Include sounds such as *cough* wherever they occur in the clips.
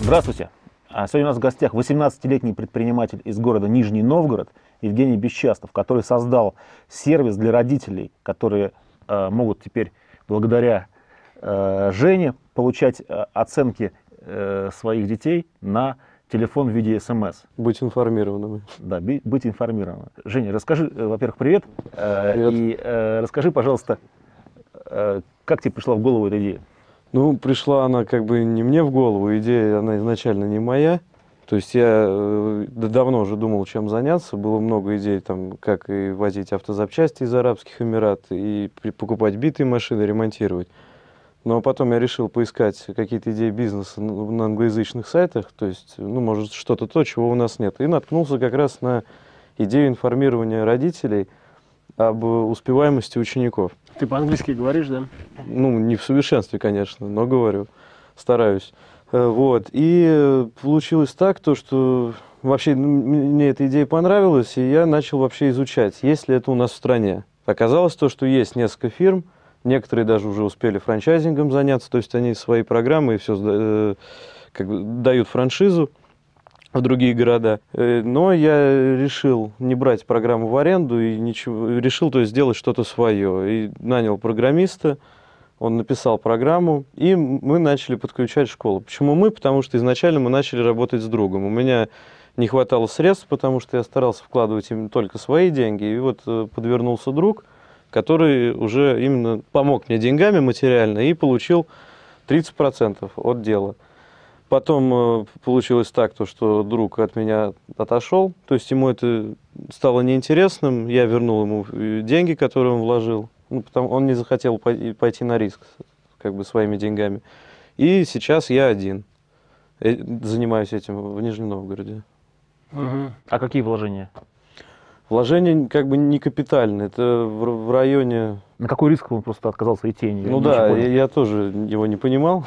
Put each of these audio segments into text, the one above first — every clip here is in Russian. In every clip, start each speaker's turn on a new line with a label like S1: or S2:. S1: Здравствуйте. А Сегодня у нас в гостях 18-летний предприниматель из города Нижний Новгород Евгений Бесчастов, который создал сервис для родителей, которые э, могут теперь благодаря э, Жене получать э, оценки э, своих детей на телефон в виде СМС.
S2: Быть информированными.
S1: Да, би- быть информированным. Женя, расскажи, э, во-первых, привет. Э,
S2: Привет.
S1: И э, расскажи, пожалуйста, э, как тебе пришла в голову эта идея?
S2: Ну, пришла она как бы не мне в голову, идея она изначально не моя. То есть я э, да давно уже думал, чем заняться. Было много идей, там, как и возить автозапчасти из Арабских Эмират, и при- покупать битые машины, ремонтировать. Но потом я решил поискать какие-то идеи бизнеса ну, на англоязычных сайтах, то есть, ну, может, что-то то, чего у нас нет. И наткнулся как раз на идею информирования родителей об э, успеваемости учеников.
S3: Ты по-английски говоришь, да?
S2: Ну, не в совершенстве, конечно, но говорю, стараюсь. Э, Вот. И э, получилось так, то, что вообще ну, м- мне эта идея понравилась, и я начал вообще изучать, есть ли это у нас в стране. Оказалось то, что есть несколько фирм, некоторые даже уже успели франчайзингом заняться, то есть они свои программы и все как бы дают франшизу в другие города. Э, Но я решил не брать программу в аренду и ничего, решил то есть сделать что-то свое. И нанял программиста, он написал программу, и мы начали подключать школу. Почему мы? Потому что изначально мы начали работать с другом. У меня не хватало средств, потому что я старался вкладывать именно только свои деньги. И вот э, подвернулся друг, который уже именно помог мне деньгами материально и получил 30% от дела. Потом э, получилось так, то, что друг от меня отошел, то есть ему это стало неинтересным, я вернул ему э, деньги, которые он вложил, ну, потому он не захотел пой- пойти на риск как бы своими деньгами. И сейчас я один э, занимаюсь этим в Нижнем Новгороде.
S1: А какие вложения?
S2: Вложение как бы не капитальное, это в, р- в районе...
S1: На какой риск он просто отказался идти? Я не-
S2: ну
S1: не
S2: да,
S1: очень понял.
S2: я, я тоже его не понимал.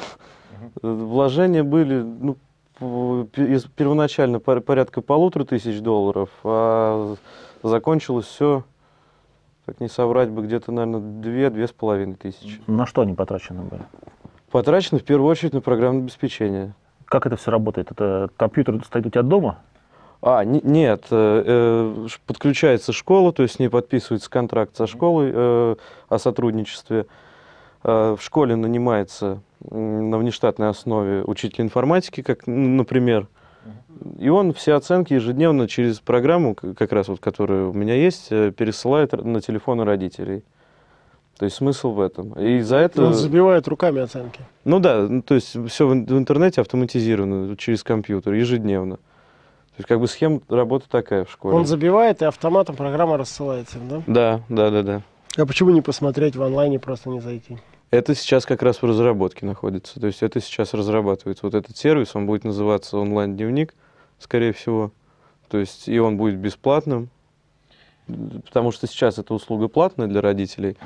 S2: Э, Вложения были ну, п- пе- из- первоначально пор- порядка полутора тысяч долларов, а закончилось все, так не соврать бы, где-то, наверное, две-две с половиной тысячи.
S1: На что они потрачены были?
S2: Потрачено в первую очередь на программное обеспечение.
S1: Как это все работает? Это компьютер стоит у тебя дома?
S2: А, не- нет, э, э, ш- подключается школа, то есть с ней подписывается контракт со школой э, о сотрудничестве. Э, в школе нанимается м, на внештатной основе учитель информатики, как, н- например. И он все оценки ежедневно через программу, к- как раз вот, которая у меня есть, э, пересылает р- на телефоны родителей. То есть смысл в этом. И за это...
S3: Он забивает руками оценки.
S2: Ну да, ну, то есть все в ин- в интернете автоматизировано через компьютер ежедневно. То есть как бы схема работы такая в школе.
S3: Он забивает, и автоматом программа рассылается, им, да?
S2: Да, да, да, да.
S3: А почему не посмотреть в онлайне, просто не зайти?
S2: Это сейчас как раз в разработке находится. То есть это сейчас разрабатывается. Вот этот сервис, он будет называться онлайн-дневник, скорее всего. То есть и он будет бесплатным, м, потому что сейчас эта услуга платная для родителей,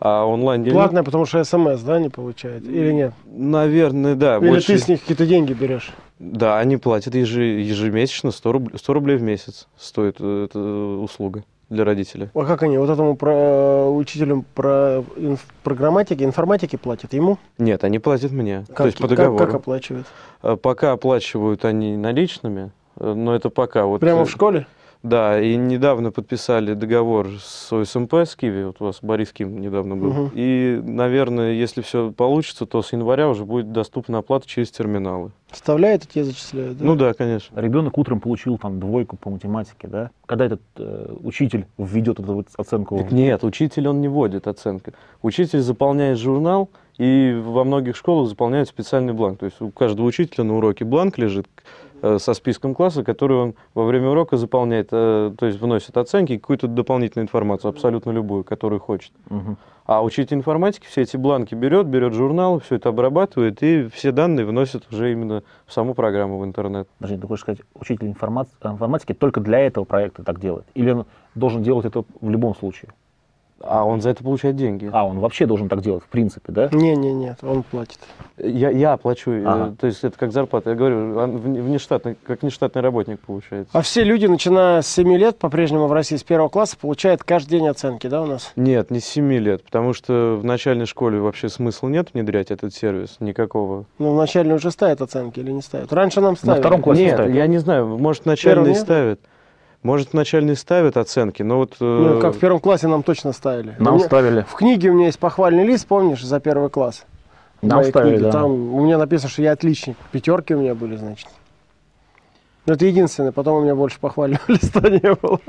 S2: а онлайн-дневник...
S3: Платная, потому что СМС, да, не получает? Или нет?
S2: Наверное, да.
S3: Или
S2: А больше-
S3: ты с них какие-то деньги берешь?
S2: Да, они платят еже- ежемесячно 100 рублей, 100 рублей в месяц стоит э, эта услуга для родителя.
S3: А как они? Вот этому про, э, учителю про инф- программатики, информатики платят ему?
S2: Нет, они платят мне.
S3: Как,
S2: то есть по
S3: как-
S2: договору.
S3: Как, оплачивают?
S2: Э, Пока оплачивают они наличными, э, но это пока. Вот,
S3: Прямо
S2: э,
S3: в школе?
S2: Да, и недавно подписали договор с ОСМП, с Киви, вот у вас Борис Ким недавно был.
S3: Мгм.
S2: И, наверное, если все получится, то с января уже будет доступна оплата через терминалы.
S3: Вставляют и те зачисляют? да?
S2: Ну да, конечно.
S1: Ребенок утром получил там двойку по математике, да? Когда этот э, учитель введет эту вот оценку?
S2: Так нет, учитель он не вводит оценки. Учитель заполняет журнал, и во многих школах заполняют специальный бланк. То есть у каждого учителя на уроке бланк лежит э, со списком класса, который он во время урока заполняет, э, то есть вносит оценки и какую-то дополнительную информацию, абсолютно любую, которую хочет.
S1: Мгм.
S2: А учитель информатики все эти бланки берет, берет журнал, все это обрабатывает и все данные вносит уже именно в саму программу в интернет.
S1: Подожди, ты хочешь сказать, учитель информат- э, информатики только для этого проекта так делает? Или он должен делать это в любом случае?
S2: А он за это получает деньги.
S1: А, он вообще должен так делать, в принципе, да?
S3: Не, не, нет, он платит.
S2: Я, я оплачу, э,
S1: Ага.
S2: то есть это как зарплата. Я говорю, он вне- внештатный, как нештатный работник получается.
S3: А все люди, начиная с 7 лет, по-прежнему в России с первого класса, получают каждый день оценки, да, у нас?
S2: Нет, не с 7 лет, потому что в начальной школе вообще смысла нет внедрять этот сервис никакого.
S3: Ну, вначале уже ставят оценки или не ставят? Раньше нам ставили.
S1: втором классе. Классно
S2: Нет,
S1: ставят.
S2: я не знаю, может, начальные
S3: нет?
S2: ставят. Может, начальные ставят оценки, но вот... э,
S3: Ну, как в первом классе нам точно ставили.
S1: Нам
S3: У меня-
S1: ставили.
S3: В книге у меня есть похвальный лист, помнишь, за первый класс? В
S1: Нам
S3: моей
S1: ставили,
S3: книге.
S1: да.
S3: Там у меня написано, что я отличник. Пятерки у меня были, значит. Но это единственное. Потом у меня больше похвального *laughs* листа не было.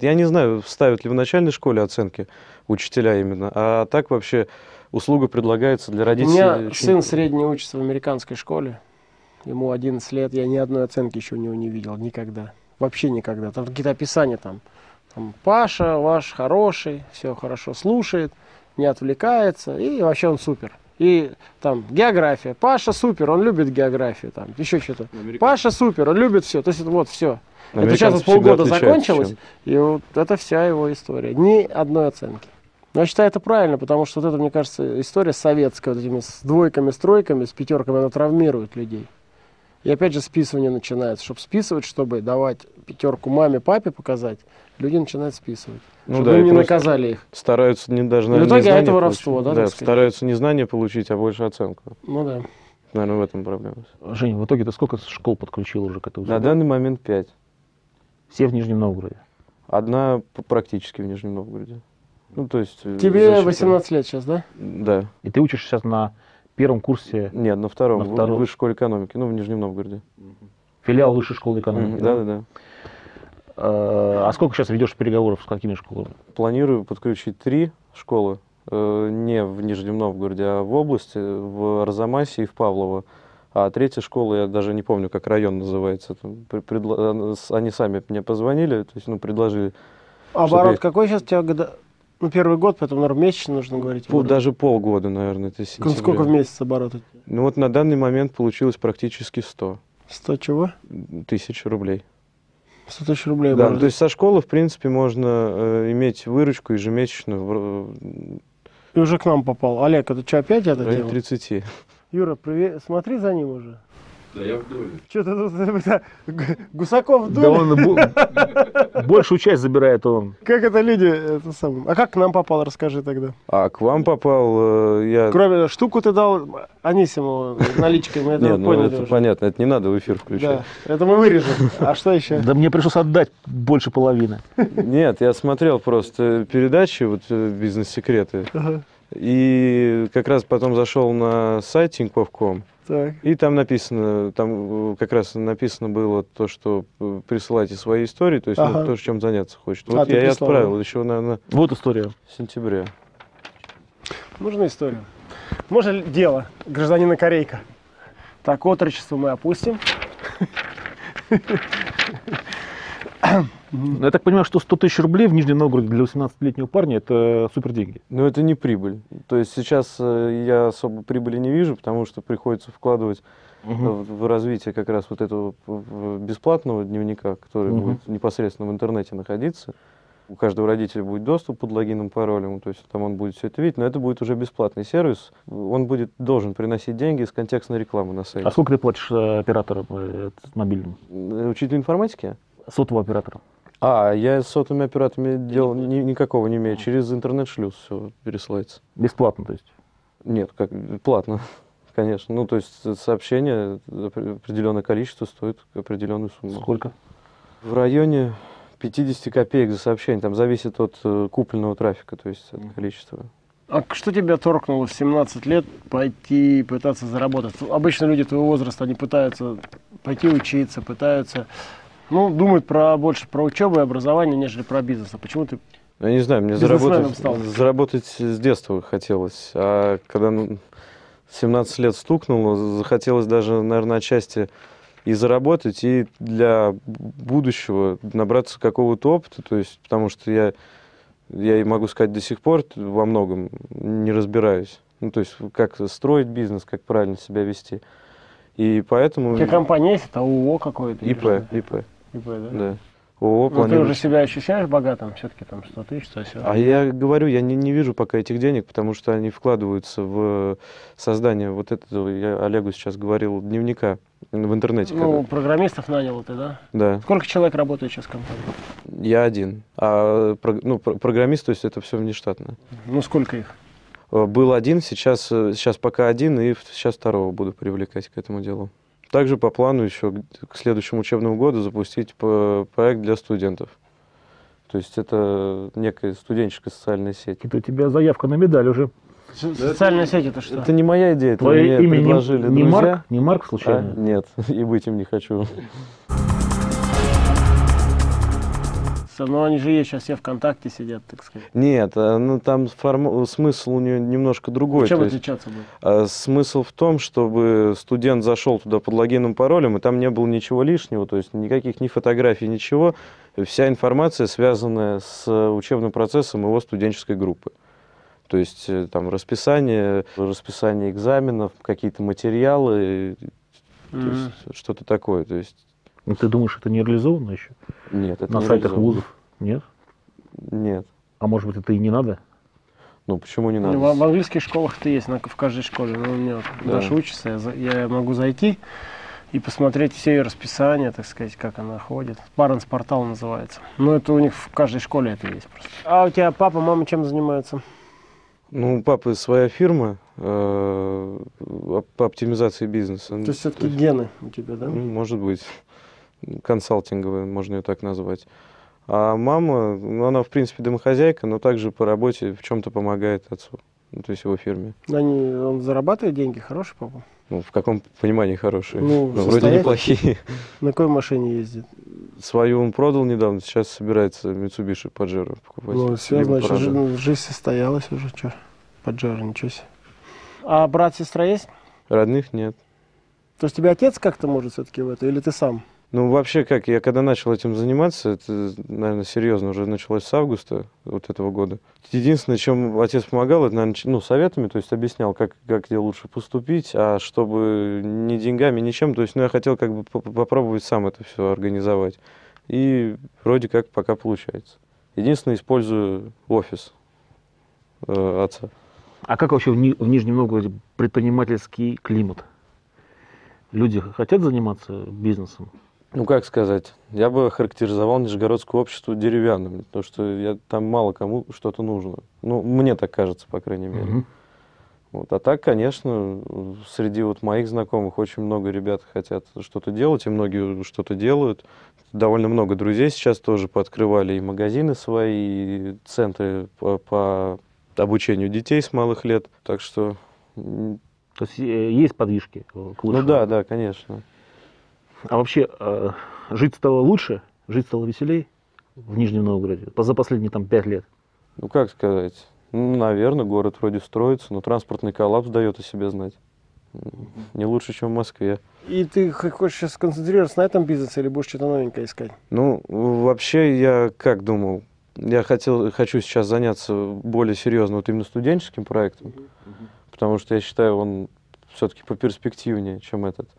S2: Я не знаю, ставят ли в начальной школе оценки учителя именно, а так вообще услуга предлагается для
S3: У
S2: родителей.
S3: меня
S2: очень-
S3: сын средний учится в американской школе. Ему 11 лет. Я ни одной оценки еще у него не видел. Никогда. Вообще никогда. Там какие-то описания там. Там, Паша ваш хороший, все хорошо слушает, не отвлекается. И вообще он супер. И там география. Паша супер, он любит географию. Там еще что-то. Паша супер, он любит все. То есть это вот все. Это сейчас
S2: Американцы
S3: вот полгода
S2: всегда отличаются
S3: закончилось,
S2: чем.
S3: и вот это вся его история. Ни одной оценки. Но я считаю это правильно, потому что вот это, мне кажется, история советская, вот этими с двойками, с тройками, с пятерками, она травмирует людей. И опять же списывание начинается. Чтобы списывать, чтобы давать пятерку маме, папе показать, люди начинают списывать.
S2: Ну
S3: чтобы
S2: да,
S3: им
S2: и
S3: не
S2: просто
S3: наказали их.
S2: стараются не даже...
S3: И в
S2: наверное,
S3: итоге
S2: незнание
S3: это
S2: получить.
S3: воровство, да,
S2: Да,
S3: так сказать?
S2: стараются не знание получить, а больше оценку.
S3: Ну да.
S2: Наверное, в этом проблема.
S1: Женя, в итоге ты сколько школ подключил уже к этому?
S2: На данный момент 5.
S1: Все в Нижнем Новгороде.
S2: Одна п- практически в Нижнем Новгороде. Ну, то есть... э,
S3: Тебе
S2: зачем-то.
S3: 18 лет сейчас, да?
S2: Да.
S1: И ты учишься сейчас на первом курсе
S2: Нет, на втором.
S1: На
S2: в-
S1: втором.
S2: В высшей школе экономики. Ну, в Нижнем Новгороде.
S1: филиал высшей школы экономики.
S2: Мгм, Да-да-да.
S1: Э, А сколько сейчас ведешь переговоров с какими школами?
S2: Планирую подключить три школы. э, Не в Нижнем Новгороде, а в области, в Арзамасе и в Павлово. А третья школа, я даже не помню, как район называется. там пр- предла- э, с- Они сами мне позвонили, то есть, ну, предложили.
S3: Оборот
S2: есть-
S3: какой сейчас у тебя года? Ну, первый год, поэтому, наверное, месячно нужно говорить.
S2: Пу- Даже полгода, наверное, это сентября.
S3: Сколько в месяц оборот?
S2: Ну, вот на данный момент получилось практически 100
S3: 100 чего?
S2: тысяч рублей.
S3: 100 тысяч рублей
S2: Да,
S3: оборот.
S2: ну, то есть со школы, в принципе, можно э, иметь выручку ежемесячную в ро-
S3: И уже к нам попал. Олег, это что, опять
S2: в
S3: это
S2: районе
S3: дело?
S2: 30.
S3: Юра, привет. смотри за ним уже.
S4: Да я в доле.
S3: Что ты тут... *laughs* это, г- Гусаков в
S1: Да
S3: доме?
S1: он бо- большую часть забирает он.
S3: Как это люди? Это самое. А как к нам попал, расскажи тогда.
S2: А к вам попал э, я...
S3: Кроме штуку ты дал Анисимову наличкой, мы
S2: Нет,
S3: это
S2: ну,
S3: поняли
S2: это
S3: уже.
S2: понятно, это не надо в эфир включать.
S3: Да, это мы вырежем. А что еще?
S1: Да мне пришлось отдать больше половины.
S2: Нет, я смотрел просто передачи, вот э, «Бизнес-секреты»,
S3: Ага,
S2: и как раз потом зашел на сайт Тинькофф.ком,
S3: Так.
S2: и там написано, там э, как раз написано было то, что э, присылайте свои истории, то есть ну,
S3: Ага.
S2: то, чем заняться хочет.
S3: А,
S2: Вот
S3: ты
S2: я и
S3: прислал, да?
S2: отправил еще, наверное,
S1: Вот история.
S2: в сентябре.
S3: Нужна история. Можно ли- дело гражданина Корейка? Так, отрочество мы опустим.
S1: Ну, Я так понимаю, что 100 тысяч рублей в Нижнем Новгороде для 18-летнего парня – это супер деньги.
S2: Но Ну, это не прибыль. То есть сейчас э, я особо прибыли не вижу, потому что приходится вкладывать э, в, в развитие как раз вот этого п- в- бесплатного дневника, который
S1: Мгм.
S2: будет непосредственно в интернете находиться. У каждого родителя будет доступ под логином, паролем, то есть там он будет все это видеть, но это будет уже бесплатный сервис. Он будет должен приносить деньги из контекстной рекламы на
S1: А
S2: сайте.
S1: сколько ты платишь э, операторам э, мобильным?
S2: Э, Учитель информатики?
S1: Сотового оператора.
S2: А, я с сотовыми операторами дел ни- никакого не имею. Через интернет-шлюз все пересылается.
S1: Бесплатно, то есть.
S2: Нет, как платно, *laughs* конечно. Ну, то есть э, сообщение, э, опре- определенное количество стоит определенную сумму.
S1: Сколько?
S2: В районе 50 копеек за сообщение, там зависит от э, купленного трафика, то есть от количества.
S3: А к- что тебя торкнуло в 17 лет пойти пытаться заработать? Ну, Обычно люди твоего возраста, они пытаются пойти учиться, пытаются, ну, думают про больше про учебу и образование, нежели про бизнес. А почему ты...
S2: Ну, Я не знаю, мне
S3: Бизнесменом
S2: заработать,
S3: стал.
S2: заработать с детства хотелось. А когда ну, 17 лет стукнуло, захотелось даже, наверное, отчасти и заработать, и для будущего набраться какого-то опыта. То есть, потому что я, я и могу сказать, до сих пор во многом не разбираюсь. Ну, то есть, как строить бизнес, как правильно себя вести. И поэтому...
S3: У тебя компания есть, это ООО а какое-то? или
S2: ИП,
S3: что?
S2: ИП,
S3: ИП, да?
S2: да. ООО
S3: Ну, ты уже
S2: планируется.
S3: себя ощущаешь богатым, все-таки там 100 тысяч, 170.
S2: А я говорю, я не, не вижу пока этих денег, потому что они вкладываются в создание вот этого, я Олегу сейчас говорил, дневника в интернете.
S3: Ну,
S2: когда-
S3: программистов нанял ты, да?
S2: Да,
S3: Сколько человек работает сейчас в компании?
S2: я один. А прог- ну, про- программист, то есть это все внештатно.
S3: Ну, сколько их?
S2: Э, Был один, сейчас, э, сейчас пока один, и в- сейчас второго буду привлекать к этому делу. Также по плану еще к- к следующему учебному году запустить по- проект для студентов. То есть это некая студенческая социальная сеть.
S1: Это у тебя заявка на медаль уже.
S3: Со- Социальные сети это что?
S2: Это не моя идея, это
S1: Твое
S2: мне
S1: имя не-
S2: предложили
S1: не,
S2: друзья.
S1: Марк? Не Марк,
S2: А,
S1: случайно?
S2: нет, *laughs* и быть им не хочу.
S3: Ну, они же есть, сейчас все ВКонтакте сидят, так сказать.
S2: Нет, а, ну там форм- смысл у нее немножко другой.
S3: Чем
S2: то есть,
S3: отличаться будет?
S2: а, смысл в том, чтобы студент зашел туда под логином паролем, и там не было ничего лишнего, то есть никаких ни фотографий, ничего. Вся информация, связанная с учебным процессом его студенческой группы. То есть э, там расписание, расписание экзаменов, какие-то материалы, э, то
S3: Мгм.
S2: есть что-то такое. То есть
S1: Ну, ты думаешь, это не реализовано еще?
S2: нет, это
S1: на
S2: не
S1: сайтах
S2: реализовано.
S1: вузов? Нет?
S2: Нет.
S1: А может быть, это и не надо?
S2: Ну почему не
S3: Ну,
S2: надо?
S3: В, в английских школах это есть, на- в каждой школе. Ну, у меня вот
S2: Да.
S3: Даша учится, я, за- я могу зайти и посмотреть все ее расписание, так сказать, как она ходит. Паренс портал называется. Ну, это у них в каждой школе это есть просто. А у тебя папа, мама чем занимаются?
S2: Ну, у папы своя фирма э, оп- по оптимизации бизнеса.
S3: То есть все-таки гены у тебя, да?
S2: Ну, может быть, консалтинговая, можно ее так назвать. А мама, ну, она, в принципе, домохозяйка, но также по работе в чем-то помогает отцу, ну, то есть его фирме.
S3: Они, он зарабатывает деньги, хороший папа.
S2: Ну, в каком понимании хорошие.
S3: Ну,
S2: вроде
S3: состоятельный.
S2: неплохие.
S3: На какой машине ездит?
S2: Свою он продал недавно, сейчас собирается Mitsubishi Pajero покупать.
S3: ну, все,
S2: либо
S3: значит,
S2: Prado.
S3: жи- жизнь состоялась уже, что? Поджар, ничего себе. А брат, сестра есть?
S2: Родных нет.
S3: То есть тебя отец как-то может все-таки в это, или ты сам?
S2: Ну, вообще, как, я когда начал этим заниматься, это, наверное, серьезно, уже началось с августа вот этого года. Единственное, чем отец помогал, это, наверное, ну, советами, то есть объяснял, как, как где лучше поступить, а чтобы ни деньгами, ничем, то есть, ну, я хотел как бы поп- попробовать сам это все организовать. И вроде как пока получается. Единственное, использую офис э, отца.
S1: А как вообще в, Ни- в Нижнем Новгороде предпринимательский климат? Люди хотят заниматься бизнесом?
S2: Ну, как сказать, я бы характеризовал Нижегородское общество деревянным, потому что я, там мало кому что-то нужно. Ну, мне так кажется, по крайней мере.
S1: Мгм.
S2: Вот. А так, конечно, среди вот моих знакомых очень много ребят хотят что-то делать, и многие что-то делают. Довольно много друзей сейчас тоже пооткрывали и магазины свои, и центры по, по обучению детей с малых лет. Так что, м,
S1: То есть э, есть подвижки э, к
S2: ну
S1: лучшему?
S2: да, да, конечно.
S1: А вообще э, жить стало лучше, жить стало веселей в Нижнем Новгороде по- за последние там пять лет?
S2: Ну, как сказать? Ну, наверное, город вроде строится, но транспортный коллапс дает о себе знать. М, Не лучше, чем в Москве.
S3: И ты х- хочешь сейчас концентрироваться на этом бизнесе или будешь что-то новенькое искать?
S2: Ну, вообще, я как думал, я хотел, хочу сейчас заняться более серьезно вот именно студенческим проектом, потому что я считаю, он все-таки поперспективнее, чем этот.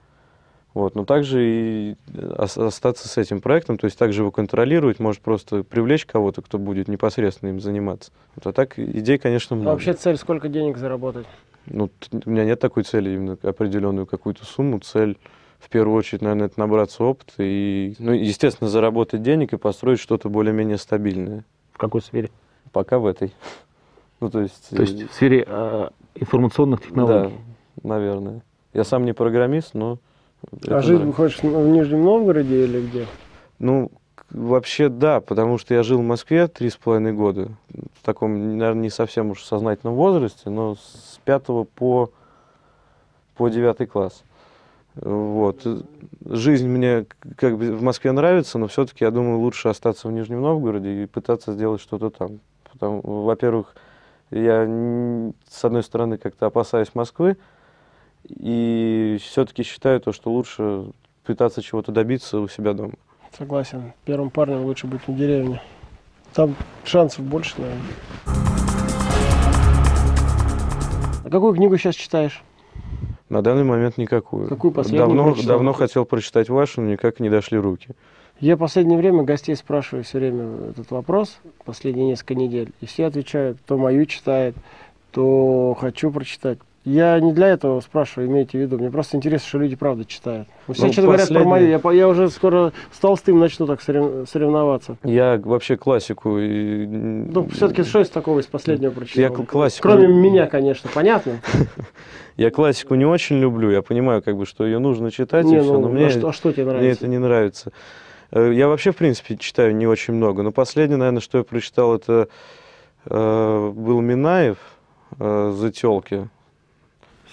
S2: Вот, но также и ос- остаться с этим проектом, то есть также его контролировать, может просто привлечь кого-то, кто будет непосредственно им заниматься. Вот, а так идей, конечно,
S3: А
S2: много.
S3: вообще цель сколько денег заработать?
S2: Ну, т- у меня нет такой цели, именно определенную какую-то сумму. Цель, в первую очередь, наверное, это набраться опыта и, ну, естественно, заработать денег и построить что-то более-менее стабильное.
S1: В какой сфере?
S2: Пока в этой. *laughs* Ну, то есть...
S1: То есть
S2: э,
S1: в сфере э, информационных
S2: да,
S1: технологий.
S2: наверное. Я сам не программист, но... это
S3: а жить
S2: нравится.
S3: хочешь в Нижнем Новгороде или где?
S2: Ну, к- вообще да, потому что я жил в Москве три с половиной года, в таком, наверное, не совсем уж сознательном возрасте, но с пятого по, по девятый класс. Вот. Э, Жизнь мне к- как бы в Москве нравится, но все-таки, я думаю, лучше остаться в Нижнем Новгороде и пытаться сделать что-то там. Потому, во-первых, я, н- с одной стороны, как-то опасаюсь Москвы, и все-таки считаю то, что лучше пытаться чего-то добиться у себя дома.
S3: Согласен. Первым парнем лучше быть на деревне. Там шансов больше, наверное. А какую книгу сейчас читаешь?
S2: На данный момент никакую.
S3: Какую последнюю
S2: Давно,
S3: прочитал?
S2: давно хотел прочитать вашу, но никак не дошли руки.
S3: Я в последнее время гостей спрашиваю все время этот вопрос, последние несколько недель, и все отвечают, то мою читает, то хочу прочитать. Я не для этого спрашиваю, имейте в виду. Мне просто интересно, что люди правда читают. Ну, Все
S2: Ну,
S3: что-то говорят про
S2: последнее.
S3: мою. Я, по- я уже скоро с Толстым начну так сорев- соревноваться.
S2: Я вообще классику и...
S3: Ну, все-таки что из такого из последнего
S2: Я
S3: прочитал?
S2: кл- классику...
S3: Кроме меня, конечно, понятно.
S2: Я классику не очень люблю, я понимаю, как бы, что ее нужно читать,
S3: Не,
S2: и все,
S3: ну,
S2: но
S3: а
S2: мне,
S3: что, а что тебе
S2: мне
S3: нравится?
S2: это не нравится. Э, Я вообще, в принципе, читаю не очень много, но последнее, наверное, что я прочитал, это э, был Минаев э, «Зателки».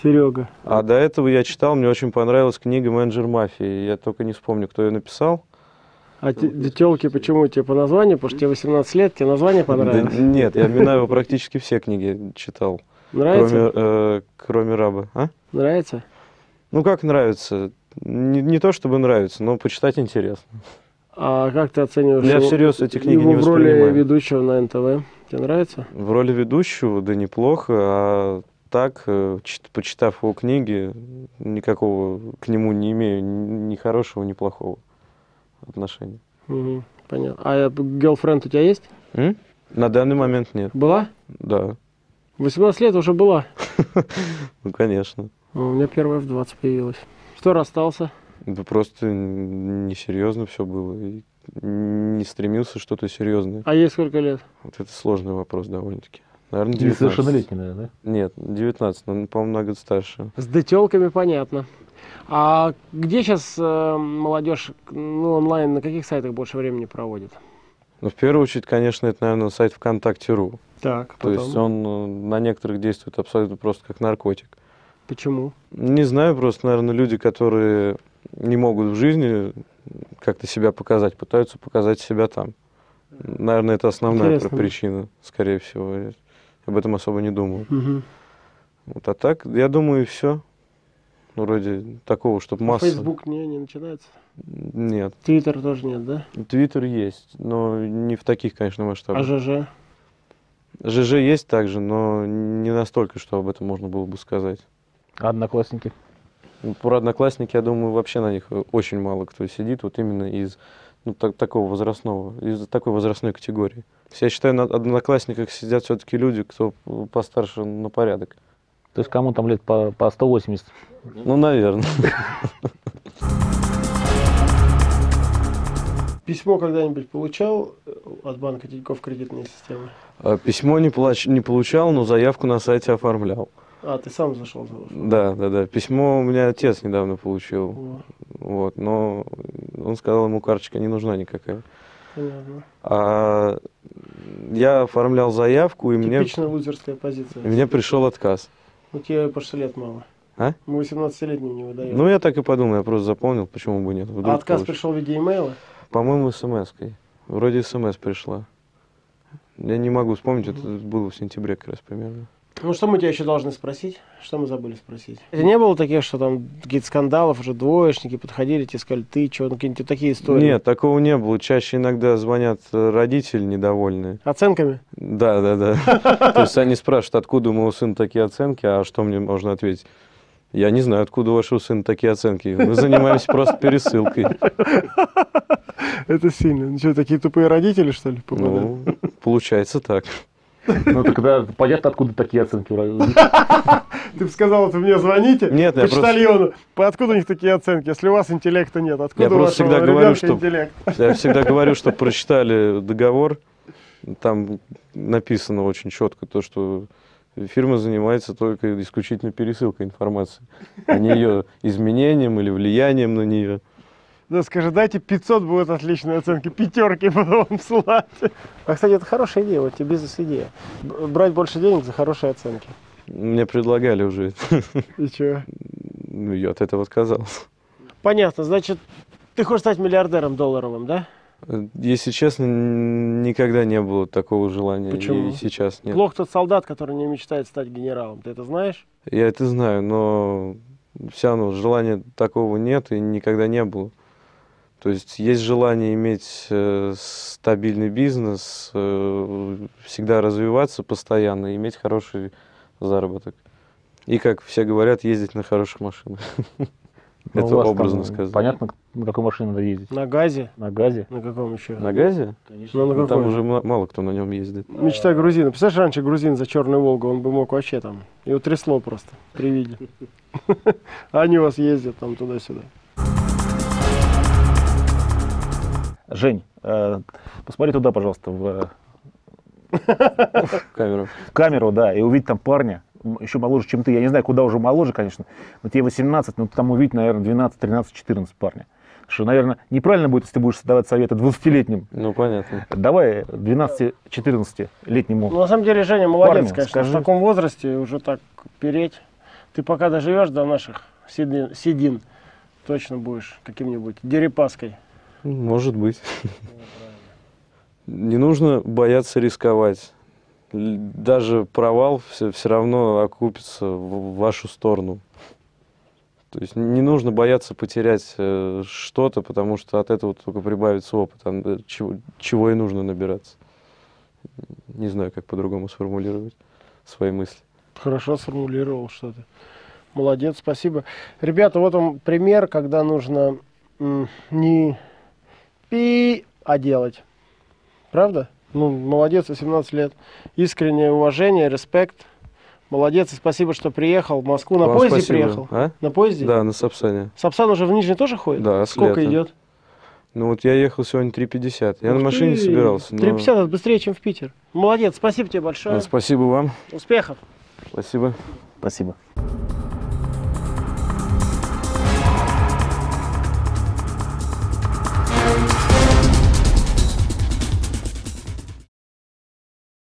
S3: Серега.
S2: А до этого я читал, мне очень понравилась книга «Менеджер мафии». Я только не вспомню, кто ее написал.
S3: А телки почему тебе по названию? Потому что тебе 18 лет, тебе название понравилось?
S2: Да нет, я Минаева практически все книги читал,
S3: Нравится?
S2: кроме, э, кроме «Раба». А?
S3: Нравится?
S2: Ну, как нравится? Не, не то чтобы нравится, но почитать интересно.
S3: А как ты оцениваешь
S2: Я
S3: его-
S2: всерьез эти книги
S3: его
S2: не
S3: в роли
S2: воспринимаю.
S3: ведущего на НТВ? Тебе нравится?
S2: В роли ведущего, да неплохо, а так, э, чит- почитав его книги, никакого к нему не имею ни хорошего, ни плохого отношения.
S3: Мгм, понятно. А э, girlfriend у тебя есть?
S2: М? На данный момент нет,
S3: Была?
S2: да,
S3: 18 лет уже была.
S2: ну, конечно.
S3: А У меня первая в 20 появилась. Что расстался?
S2: Да просто н- несерьезно все было, и не стремился что-то серьезное.
S3: А ей сколько лет?
S2: Вот это сложный вопрос довольно-таки. Наверное, 19.
S1: Несовершеннолетний, наверное, да?
S2: Нет, 19, но, по-моему, на год старше.
S3: С детелками понятно. А где сейчас молодежь ну, онлайн, на каких сайтах больше времени проводит?
S2: Но в первую очередь, конечно, это, наверное, сайт ВКонтакте.ру.
S3: Так,
S2: То есть он э, на некоторых действует абсолютно просто как наркотик.
S3: Почему?
S2: Не знаю, просто, наверное, люди, которые не могут в жизни как-то себя показать, пытаются показать себя там. Наверное, это основная
S3: Интересно.
S2: причина, скорее всего. Я об этом особо не думал. Вот, а так, я думаю, и все. Вроде такого, чтобы масса...
S3: Фейсбук не, не начинается.
S2: Нет.
S3: Твиттер тоже нет, да?
S2: Твиттер есть, но не в таких, конечно,
S3: А
S2: масштабах.
S3: ЖЖ?
S2: ЖЖ есть также, но не настолько, что об этом можно было бы сказать.
S1: Одноклассники.
S2: Ну, Про одноклассники, я думаю, вообще на них э, очень мало кто сидит, вот именно из ну, так- такого возрастного, из такой возрастной категории. То есть Я считаю, на одноклассниках сидят все-таки люди, кто э, постарше на порядок.
S1: То есть кому там лет по, по 180?
S2: Ну, наверное.
S3: Письмо когда-нибудь получал э, от банка Тинькофф кредитной системы?
S2: А Письмо не, плач- не получал, но заявку на сайте оформлял.
S3: А, ты сам зашел за
S2: Да, да, да. Письмо у меня отец недавно получил.
S3: О,
S2: Вот, но он сказал, ему карточка не нужна никакая.
S3: понятно.
S2: А я оформлял заявку, и мне,
S3: Типичная лузерская позиция.
S2: и мне пришел отказ.
S3: Ну, тебе по 60 лет мало.
S2: А?
S3: Мы 18-летним не выдаем.
S2: Ну, я так и подумал, я просто запомнил, почему бы нет.
S3: а
S2: Вдруг
S3: отказ
S2: получится.
S3: пришел в виде имейла?
S2: По-моему, смс -кой. Вроде смс пришла. Я не могу вспомнить, это было в сентябре как раз примерно.
S3: Ну, что мы тебя еще должны спросить? Что мы забыли спросить? Э, Не было таких, что там какие-то скандалов, уже двоечники подходили, тебе сказали, ты что, ну, какие-нибудь такие истории?
S2: Нет, такого не было. Чаще иногда звонят э, родители недовольные.
S3: Оценками?
S2: Да, да, да. То есть они спрашивают, откуда у моего сына такие оценки, а что мне можно ответить? Я не знаю, откуда у вашего сына такие оценки. Мы занимаемся просто пересылкой.
S3: Это сильно. Ну что, такие тупые родители, что ли,
S2: Ну, получается так.
S1: Ну, так да, понятно, откуда такие оценки. *laughs* Ну,
S3: Ты бы сказал, это мне звоните,
S2: Нет, я просто-
S3: почтальону. По откуда у них такие оценки? Если у вас интеллекта нет, откуда
S2: Я
S3: у
S2: просто
S3: вашего
S2: всегда говорю,
S3: ребенка
S2: что-
S3: интеллект?
S2: Я всегда говорю, что прочитали договор, там написано очень четко то, что фирма занимается только исключительно пересылкой информации, а не ее изменением или влиянием на нее.
S3: Да скажи, дайте 500 будут отличные оценки, *laughs* пятерки буду вам слать. А, кстати, это хорошая идея, вот тебе бизнес-идея. Б- Брать больше денег за хорошие оценки.
S2: Мне предлагали уже, это.
S3: И чё?
S2: ну я от этого отказался.
S3: Понятно, значит, ты хочешь стать миллиардером долларовым, да?
S2: Если честно, н- никогда не было такого желания,
S3: Почему?
S2: и сейчас нет.
S3: Плох тот солдат, который не мечтает стать генералом, ты это знаешь?
S2: Я это знаю, но все равно желания такого нет и никогда не было. То есть есть желание иметь э, стабильный бизнес, э, всегда развиваться постоянно, иметь хороший заработок. И, как все говорят, ездить на хороших машинах.
S1: *laughs* Ну,
S2: Это
S1: у вас там
S2: образно сказано.
S1: Понятно, на какой машине надо ездить?
S3: На газе?
S1: На газе?
S3: На каком еще?
S2: На газе?
S3: Ну, на
S2: Ну,
S3: какой?
S2: Там уже ма- мало кто на нем ездит.
S3: Мечта грузина. Представляешь, раньше грузин за Черную Волгу, он бы мог вообще там. Его трясло просто при виде. *laughs* А Они у вас ездят там туда-сюда.
S1: Жень, э, посмотри туда, пожалуйста, в э,
S2: Камеру.
S1: камеру, да, и увидеть там парня, м, еще моложе, чем ты. Я не знаю, куда уже моложе, конечно, но тебе 18, но ты там увидеть, наверное, 12, 13, 14 парня. Что, наверное, неправильно будет, если ты будешь давать советы 20-летним.
S2: Ну, понятно.
S1: Давай 12-14-летнему.
S3: Ну, на самом деле, Женя молодец,
S1: Парню
S3: конечно.
S1: скажи.
S3: В таком возрасте уже так переть. Ты пока доживешь до наших седин, седин, точно будешь каким-нибудь дерипаской.
S2: Может быть. Не нужно бояться рисковать. Л- Даже провал все, равно окупится в в вашу сторону. То есть не нужно бояться потерять э, что-то, потому что от этого только прибавится опыт, а, э, чего, чего и нужно набираться. Не знаю, как по-другому сформулировать свои мысли.
S3: Хорошо сформулировал что-то. Молодец, спасибо. Ребята, вот вам пример, когда нужно м, не пи, а делать. Правда? Ну, молодец, 18 лет. Искреннее уважение, респект. Молодец, и спасибо, что приехал в Москву. На
S2: Вам
S3: поезде
S2: спасибо.
S3: приехал?
S2: А?
S3: На поезде?
S2: Да, на Сапсане.
S3: Сапсан уже в Нижний тоже ходит?
S2: Да, с
S3: Сколько
S2: лета.
S3: идет?
S2: Ну вот я ехал сегодня 3.50. Я
S3: Ух
S2: на машине
S3: ты!
S2: собирался. но-
S3: 3,50 это быстрее, чем в Питер. Молодец, спасибо тебе большое.
S2: Э, Спасибо вам.
S3: Успехов.
S2: Спасибо.
S1: Спасибо.